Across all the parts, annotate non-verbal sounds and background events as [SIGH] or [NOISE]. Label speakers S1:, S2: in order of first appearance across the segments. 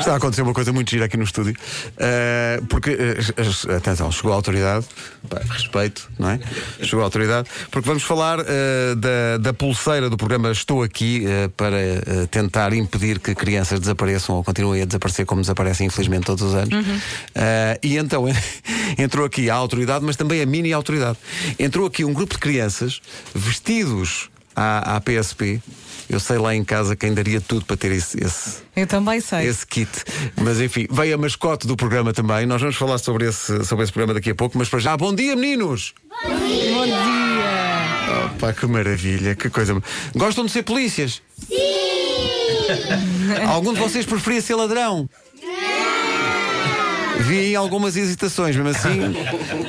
S1: Está a acontecer uma coisa muito gira aqui no estúdio, eh, porque, eh, as- atenção, chegou a autoridade, pá, respeito, não é? Chegou a autoridade, porque vamos falar eh, da, da pulseira do programa Estou Aqui eh, para eh, tentar impedir que crianças desapareçam ou continuem a desaparecer como desaparecem, infelizmente, todos os anos. Eh, e então [LAUGHS] entrou aqui a autoridade, mas também a mini autoridade. Entrou aqui um grupo de crianças vestidos à, à PSP. Eu sei lá em casa quem daria tudo para ter esse- esse
S2: Eu também sei.
S1: esse kit. Mas enfim, veio a mascote do programa também. Nós vamos falar sobre esse, sobre esse programa daqui a pouco, mas para já, bom dia, meninos!
S2: Bom dia!
S1: Oh, pá, que maravilha, que coisa. Gostam de ser polícias? Sim! Algum de vocês preferia ser ladrão? Vi aí algumas hesitações, mesmo assim,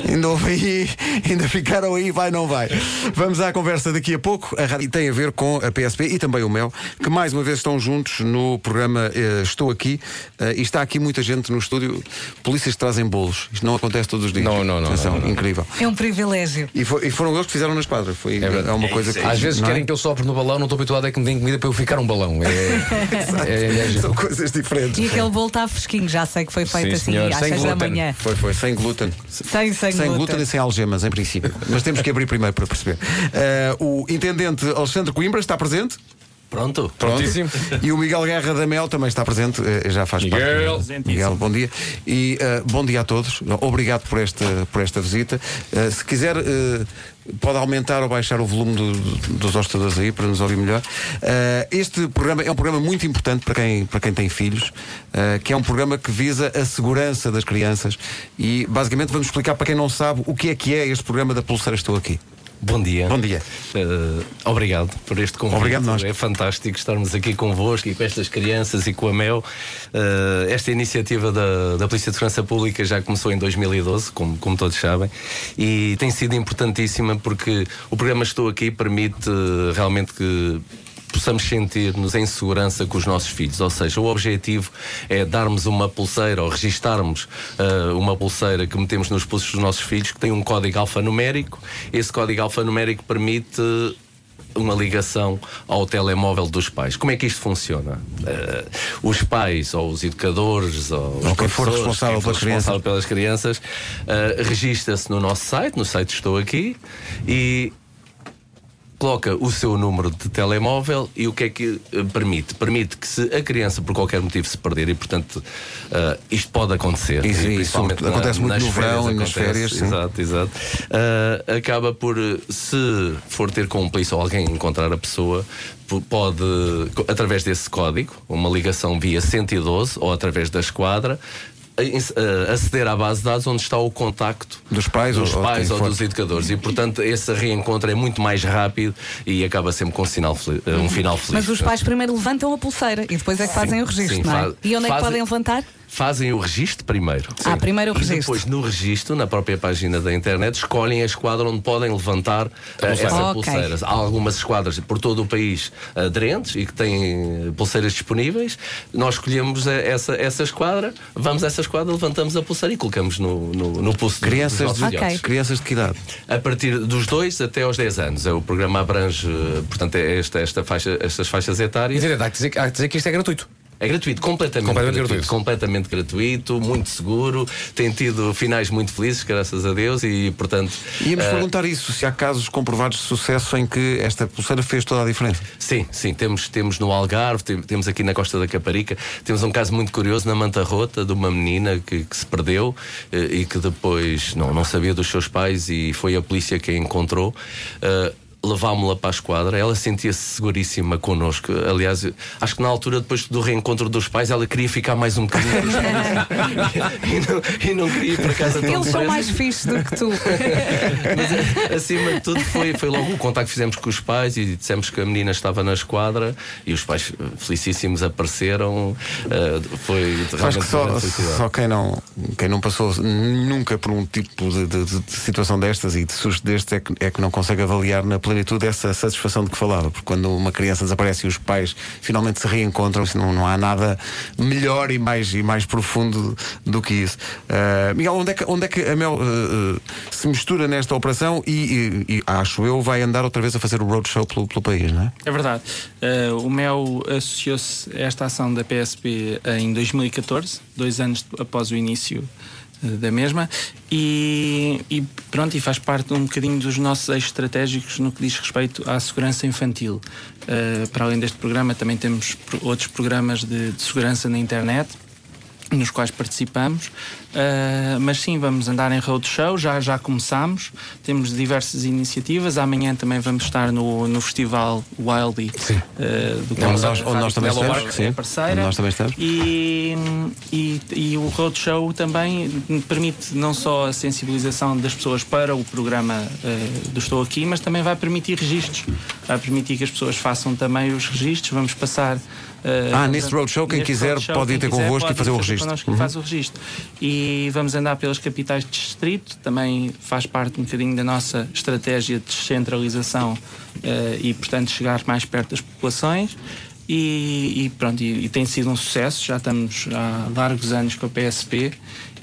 S1: ainda, houve aí, ainda ficaram aí, vai, não vai. Vamos à conversa daqui a pouco, a rádio tem a ver com a PSP e também o Mel, que mais uma vez estão juntos no programa eh, Estou Aqui, eh, e está aqui muita gente no estúdio, polícias trazem bolos, isto não acontece todos os dias.
S3: Não, não, não,
S1: Atenção,
S3: não, não, não.
S1: incrível.
S2: É um privilégio.
S1: E, fo- e foram eles que fizeram na esquadra. Foi é
S3: verdade.
S1: uma coisa que.
S3: Às vezes
S1: não é?
S3: querem que eu sopre no balão, não estou habituado a que me deem comida para eu ficar
S4: [LAUGHS]
S3: um balão. É, é,
S1: [LAUGHS]
S3: é-
S1: São coisas diferentes.
S2: E aquele bolo está fresquinho, já sei que foi feito
S3: Sim,
S2: assim
S3: senhor,
S2: às
S3: sem
S2: 6 da
S3: glúten.
S2: manhã.
S1: Foi, foi, sem glúten.
S2: Sem, sem,
S1: Sem
S2: glúten.
S1: glúten e sem algemas, em princípio. Mas temos que abrir primeiro para perceber. Eh, o intendente Alexandre Coimbra está presente.
S4: Pronto.
S3: Prontíssimo.
S1: E o Miguel Guerra da Mel também está presente. eh, já faz
S3: Miguel.
S1: parte. Miguel, bom dia. E eh, bom dia a todos. Obrigado por esta, por esta visita. Eh, se quiser, eh, pode aumentar ou baixar o volume do- do- dos hostadores aí para nos ouvir melhor. Eh, este programa é um programa muito importante para quem, para quem tem filhos, eh, que é um programa que visa a segurança das crianças. E basicamente vamos explicar para quem não sabe o que é que é este programa da Pulseira Estou Aqui.
S4: Bom dia.
S1: Bom dia.
S4: Eh, obrigado por este convite.
S1: Obrigado nós.
S4: É fantástico estarmos aqui convosco e com estas crianças e com a Mel. Eh, esta iniciativa da, da Polícia de Segurança Pública já começou em 2012, como, como todos sabem, e tem sido importantíssima porque o programa Estou Aqui permite eh, realmente que possamos sentir-nos em segurança com os nossos filhos. Ou seja, o objetivo é darmos uma pulseira ou registarmos ah, uma pulseira que metemos nos pulsos dos nossos filhos que tem um código alfanumérico. Esse código alfanumérico permite uma ligação ao telemóvel dos pais. Como é que isto funciona? Ah, os pais ou os educadores ou, os
S1: Ou quem for
S4: professores,
S1: responsável
S4: quem for
S1: pela criança.
S4: responsável pelas crianças, ah, registra-se no nosso site, no site Estou Aqui, e coloca o seu número de telemóvel e o que é que eh, permite? Permite que se a criança por qualquer motivo se perder e portanto ah, isto pode acontecer.
S1: Isso,
S4: E,
S1: isso,
S4: principalmente
S1: acontece muito
S4: nas
S1: no
S4: férias,
S1: verão e nas
S4: acontece,
S1: férias, sim.
S4: Exato, exato. Ah, acaba por, eh, se for ter cúmplice ou alguém encontrar a pessoa, po- pode, co- através desse código, uma ligação via 112 ou através da esquadra, eh, ins- eh, aceder à base de dados onde está o contacto
S1: Dos pais ou-
S4: dos
S1: ou
S4: pais
S1: quem
S4: ou
S1: for.
S4: dos dos educadores e, portanto, esse reencontro é muito mais rápido e acaba sempre com um, sinal fel- um final feliz.
S2: Uhum. Mas os pais primeiro levantam a pulseira e depois é que fazem o registro,
S4: sim,
S2: não é?
S4: faz-
S2: e onde é que
S4: fazem-
S2: podem levantar?
S4: Fazem o registro primeiro.
S2: Ah, primeiro o
S4: E
S2: registro.
S4: depois, no registro, na própria página da internet, escolhem a esquadra onde podem levantar eh, essa
S2: Ok.
S4: pulseira. Há algumas esquadras por todo o país aderentes e que têm eh, pulseiras disponíveis. Nós escolhemos eh, essa, essa esquadra, vamos a essa esquadra, levantamos a pulseira e colocamos no, no, no pulso dos- dos
S1: Crianças
S4: nossos
S1: de,
S2: Ok.
S4: filhotes.
S1: crianças de que idade?
S4: A partir dos 2 até aos 10 anos. É, O programa abrange, eh, portanto, é esta, esta faixa, estas faixas etárias.
S3: Entendeu? Há que dizer- há que dizer que isto é gratuito.
S4: É gratuito, completamente,
S3: Completamente
S4: gratuito,
S3: gratuito.
S4: Completamente gratuito, muito seguro. Tem tido finais muito felizes, graças a Deus, e, portanto,
S1: Íamos
S4: Eh,
S1: perguntar isso, se há casos comprovados de sucesso em que esta pulseira fez toda a diferença.
S4: Sim, sim, temos, temos no Algarve, tem- temos aqui na Costa da Caparica, temos um caso muito curioso na Manta Rota de uma menina que, que se perdeu eh, e que depois não, não sabia dos seus pais e foi a polícia que a encontrou. eh, Levámo-la para a esquadra, ela sentia-se seguríssima connosco. Aliás, eu- acho que na altura, depois do reencontro dos pais, ela queria ficar mais um
S2: [LAUGHS]
S4: bocadinho com os pais. e, não, e não queria ir para casa tão
S2: Eles são
S4: depressa.
S2: mais fixes do que tu.
S4: Mas [LAUGHS] acima de tudo foi, foi logo o contacto que fizemos com os pais e dissemos que a menina estava na esquadra e os pais eh, felicíssimos apareceram. eh, foi
S1: Acho
S4: realmente
S1: que só,
S4: uma felicidade.
S1: só quem, não, quem não passou nunca por um tipo de, de- de situação destas e de susto destes é que, é que não consegue avaliar na plenitude essa satisfação de que falava, porque quando uma criança desaparece e os pais finalmente se reencontram, assim, não, não há nada melhor e mais, e mais profundo do que isso. Ah, Miguel, onde é, que, onde é que a Mel eh, eh, se mistura nesta operação e, e- e, acho eu, vai andar outra vez a fazer o roadshow pelo, pelo país, não é?
S5: É verdade. Eh, o MEL associou-se a esta ação da PSP em 2014, dois anos de- após o início eh, da mesma e, e pronto e faz parte um bocadinho dos nossos eixos estratégicos no que diz respeito à segurança infantil Eh, para além deste programa também temos pro- outros programas de- de segurança na internet nos quais participamos, Ah, mas sim, vamos andar em roadshow, já, já começámos, temos diversas iniciativas, amanhã também vamos estar no, no festival Wildy, ah, do qual
S1: Onde
S5: a
S1: É, nós- onde nós
S5: Rádio
S1: também
S5: Portugal
S1: estamos,
S5: é
S1: sim.
S5: parceira.
S1: Onde nós também estamos.
S5: E, e, e o roadshow também permite não só a sensibilização das pessoas para o programa eh, do Estou Aqui, mas também vai permitir registros. Vai permitir que as pessoas façam também os registros. Vamos passar. eh,
S1: Ah,
S5: vamos
S1: nesse
S5: a-
S1: roadshow, quem
S5: neste
S1: quiser pode ir ter
S5: quem quiser
S1: convosco e
S5: pode
S1: fazer o
S5: fazer
S1: registro.
S5: connosco e faz o registro. E vamos andar pelas capitais de distrito, também faz parte um bocadinho da nossa estratégia de descentralização eh, e, portanto, chegar mais perto das populações. E, e pronto, e, e tem sido um sucesso, já estamos há largos anos com a PSP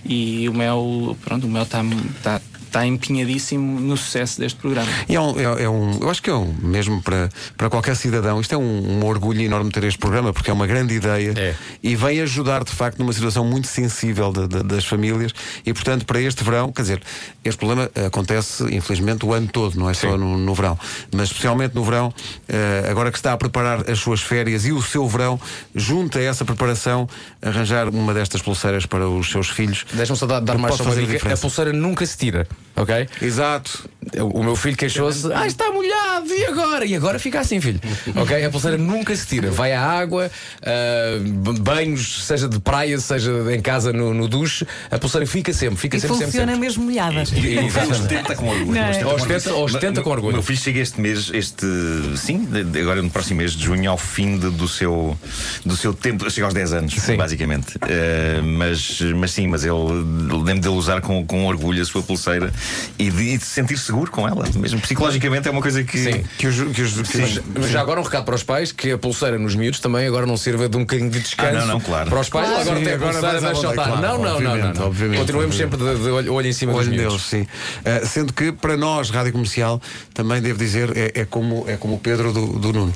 S5: e o Mel, pronto, o Mel está está- está empenhadíssimo no sucesso deste programa.
S1: E é um, é- é um- eu acho que é um, mesmo para, para qualquer cidadão, isto é um, um orgulho enorme ter este programa, porque é uma grande ideia
S3: É.
S1: e vem ajudar, de facto, numa situação muito sensível de- de- das famílias. E, portanto, para este verão, quer dizer, este problema acontece, infelizmente, o ano todo, não é só no, no verão, mas especialmente no verão, eh, agora que está a preparar as suas férias e o seu verão, junto a essa preparação, arranjar uma destas pulseiras para os seus filhos.
S3: Deixa-me só dar, dar
S1: Não
S3: mais
S1: pode
S3: só uma
S1: fazer
S3: dica.
S1: diferença.
S3: A pulseira nunca se tira, ok?
S1: Exato.
S3: O meu filho queixou-se, ah, está molhado, e agora? E agora fica assim,
S1: [LAUGHS]
S3: filho. ok? A pulseira nunca se tira. Vai à água, ah, b- banhos, seja de praia, seja em casa no, no duche, a pulseira fica sempre, fica
S2: E
S3: sempre, sempre,
S2: funciona
S3: sempre.
S2: mesmo molhada.
S3: E- e-
S6: Aos 70 com orgulho.
S2: Não é?
S6: Aos
S3: Aos
S6: 70 com
S3: 70
S6: orgulho.
S3: aos 70 com orgulho.
S6: Meu filho chega este mês, este sim, de- de- agora no próximo mês de junho, ao fim de- do, seu, do seu tempo, chega aos 10 anos,
S3: Sim.
S6: basicamente. Eh, mas, mas sim, mas ele lembro dele usar com, com orgulho a sua pulseira e de, e de se sentir seguro com ela. Mesmo psicologicamente é uma coisa que.
S3: Sim.
S1: Que os, que os, que os-
S6: Sim.
S3: Mas já agora um recado para os pais que a pulseira nos miúdos também agora não sirva de um bocadinho de descanso
S6: Ah, não, não, claro.
S3: para os pais.
S1: Claro.
S3: agora
S1: Sim,
S3: tem a
S1: agora
S3: pulseira,
S1: vais à
S3: deixa
S1: vontade,
S3: estar.
S1: claro,
S3: não, não, não, não,
S1: obviamente,
S3: não.
S1: obviamente,
S3: Continuemos
S1: obviamente.
S3: sempre de, de olho, olho em cima
S1: Olho
S3: dos miúdos.
S1: neles, sim. Ah, sendo que para nós, Rádio Comercial, também devo dizer, é, é como, é como o Pedro do, do Nuno.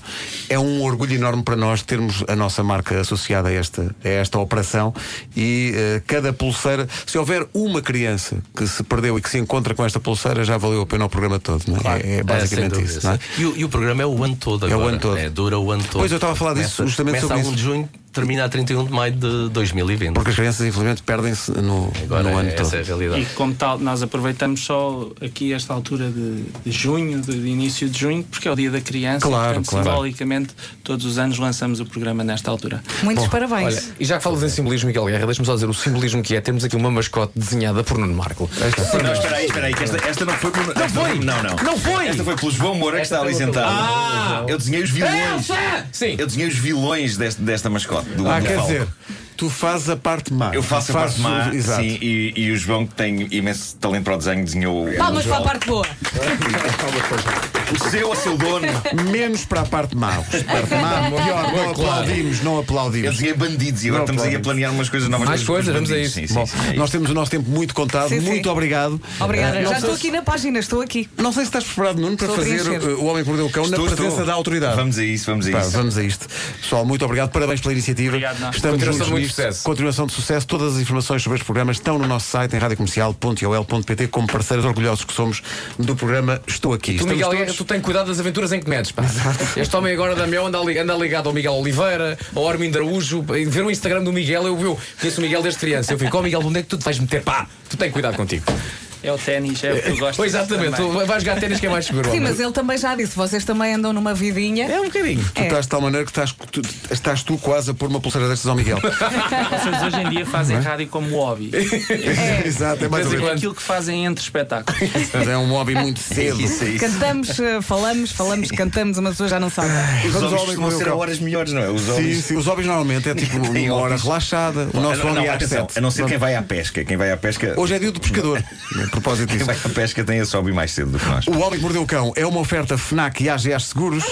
S1: É um orgulho enorme para nós termos a nossa marca associada a esta, a esta operação e ah, cada pulseira, se houver uma criança que se perdeu e que se encontra com esta pulseira, já valeu a pena o programa todo. não é? É, é basicamente
S4: sem dúvida,
S1: isso. Não é?
S4: sim. e, o, e o programa é o ano todo
S1: É o
S4: agora.
S1: ano todo.
S4: dura o ano todo.
S1: Pois, eu estava a falar disso
S4: Começa-
S1: justamente
S4: começa
S1: sobre
S4: a 1 de
S1: isso.
S4: junho, termina a 31 de maio de 2020.
S1: Porque as crianças, infelizmente, perdem-se no,
S4: agora
S1: no
S4: é-
S1: ano
S4: essa
S1: todo.
S4: é a realidade.
S5: E como tal, nós aproveitamos só aqui esta altura de, de junho, de, de início de junho, porque é o dia da criança.
S1: Claro,
S5: portanto,
S1: claro.
S5: Simbolicamente, todos os anos lançamos o programa nesta altura.
S2: Muitos parabéns.
S3: Olha, e já que falas em simbolismo, Miguel Guerra, deixa-me só dizer o simbolismo que é. Temos aqui uma mascote desenhada por Nuno Marco.
S6: Não, espera aí, espera aí, que esta, esta não foi. Não
S3: foi?
S6: Não, não.
S3: Não foi?
S6: Esta foi pelo João Moura que está ali sentado.
S3: Ah!
S6: Eu desenhei os vilões.
S3: Elsa! Sim.
S6: Eu desenhei os vilões deste- desta mascote. Do,
S1: Ah,
S6: do
S1: quer
S6: Falco.
S1: dizer, tu fazes a parte má.
S6: Eu faço a
S1: Fazes
S6: parte má,
S1: o- Exato.
S6: sim, e, e o João, que tem imenso talento para o desenho, desenhou o-
S2: Palmas para a parte boa.
S6: o seu ou seu dono.
S1: Menos para a parte [LAUGHS] má. Os Parte má, pior, não aplaudimos, não
S6: Eu
S1: aplaudimos.
S6: desenhei bandidos e agora
S1: Não,
S6: estamos aí a
S1: claro.
S6: planear umas coisas novas.
S3: Mais
S6: com os
S3: coisas, vamos a
S6: bandidos.
S3: isso.
S6: Sim, sim,
S1: Bom,
S6: sim, é
S1: nós
S6: isso.
S1: temos o nosso tempo muito contado.
S2: Sim, sim.
S1: muito obrigado.
S2: Obrigada.
S1: Eh, não sei
S2: Já estou
S1: se-
S2: aqui na página, estou aqui.
S1: Não sei se estás preparado, Nuno, para
S2: Estou
S1: fazer
S2: preencher.
S1: eh, o homem que mordeu o cão
S6: Estou,
S1: na presença
S6: estou.
S1: da autoridade.
S6: Vamos a isso, vamos a
S1: Pá,
S6: isso.
S1: vamos a isto. Pessoal, muito obrigado. Parabéns pela iniciativa.
S5: Obrigado, Nuno.
S1: Estamos
S3: Continuação
S1: juntos
S3: de muito
S1: nisto.
S3: sucesso.
S1: Continuação de sucesso. Todas as informações sobre os programas estão no nosso site em radiocomercial.ol.pt como parceiros orgulhosos que somos do programa Estou Aqui.
S3: Tu,
S1: Estamos
S3: Miguel
S1: todos-
S3: Guerra, tu tens cuidado das aventuras em que metes, pá. Este homem agora da Mel anda, ali- anda ligado ao Miguel Oliveira, ao Armin Araújo. e Ver o Instagram do Miguel, eu, eu conheço o Miguel desde criança. Eu fico, ó Miguel, onde é que tu te vais meter? Pá, tu tens cuidado contigo.
S5: É o ténis, é o que eu gosto.
S3: [LAUGHS] Pois, exatamente,
S5: também.
S3: tu vais jogar ténis que é mais seguro.
S2: Sim,
S3: homem.
S2: mas ele também já disse, vocês também andam numa vidinha.
S3: É um bocadinho.
S1: Tu
S2: É.
S1: estás de tal maneira que estás tu, estás tu quase a pôr uma pulseira destas ao Miguel.
S5: Vocês hoje em dia fazem rádio como
S3: [LAUGHS]
S5: hobby.
S1: [LAUGHS] Exato, é mais ou
S3: De vez em
S1: menos.
S5: É aquilo que fazem entre espetáculos.
S1: Mas é um hobby muito cedo.
S6: [LAUGHS] Isso, é isso.
S2: Cantamos, eh, falamos, falamos, cantamos, uma pessoa já não sabe.
S6: Os
S1: Vamos ao
S6: homens
S1: homem
S6: costumam
S1: com o
S6: ser a
S1: cão.
S6: horas melhores, não é? Os
S1: Sim,
S6: homens.
S1: sim. Os hobbies normalmente é tipo
S6: Tem
S1: uma hora
S6: hobbies.
S1: relaxada. O nosso
S6: Ah, não,
S1: homem
S6: não,
S1: é às
S6: atenção,
S1: sete.
S6: a não ser quem vai à pesca. Quem vai à pesca.
S1: Hoje é dia do pescador. propósito
S6: Quem
S1: disso.
S6: vai à pesca tem esse hobby mais cedo do que nós.
S1: O Homem que Mordeu o Cão é uma oferta FNAC e AGS Seguros.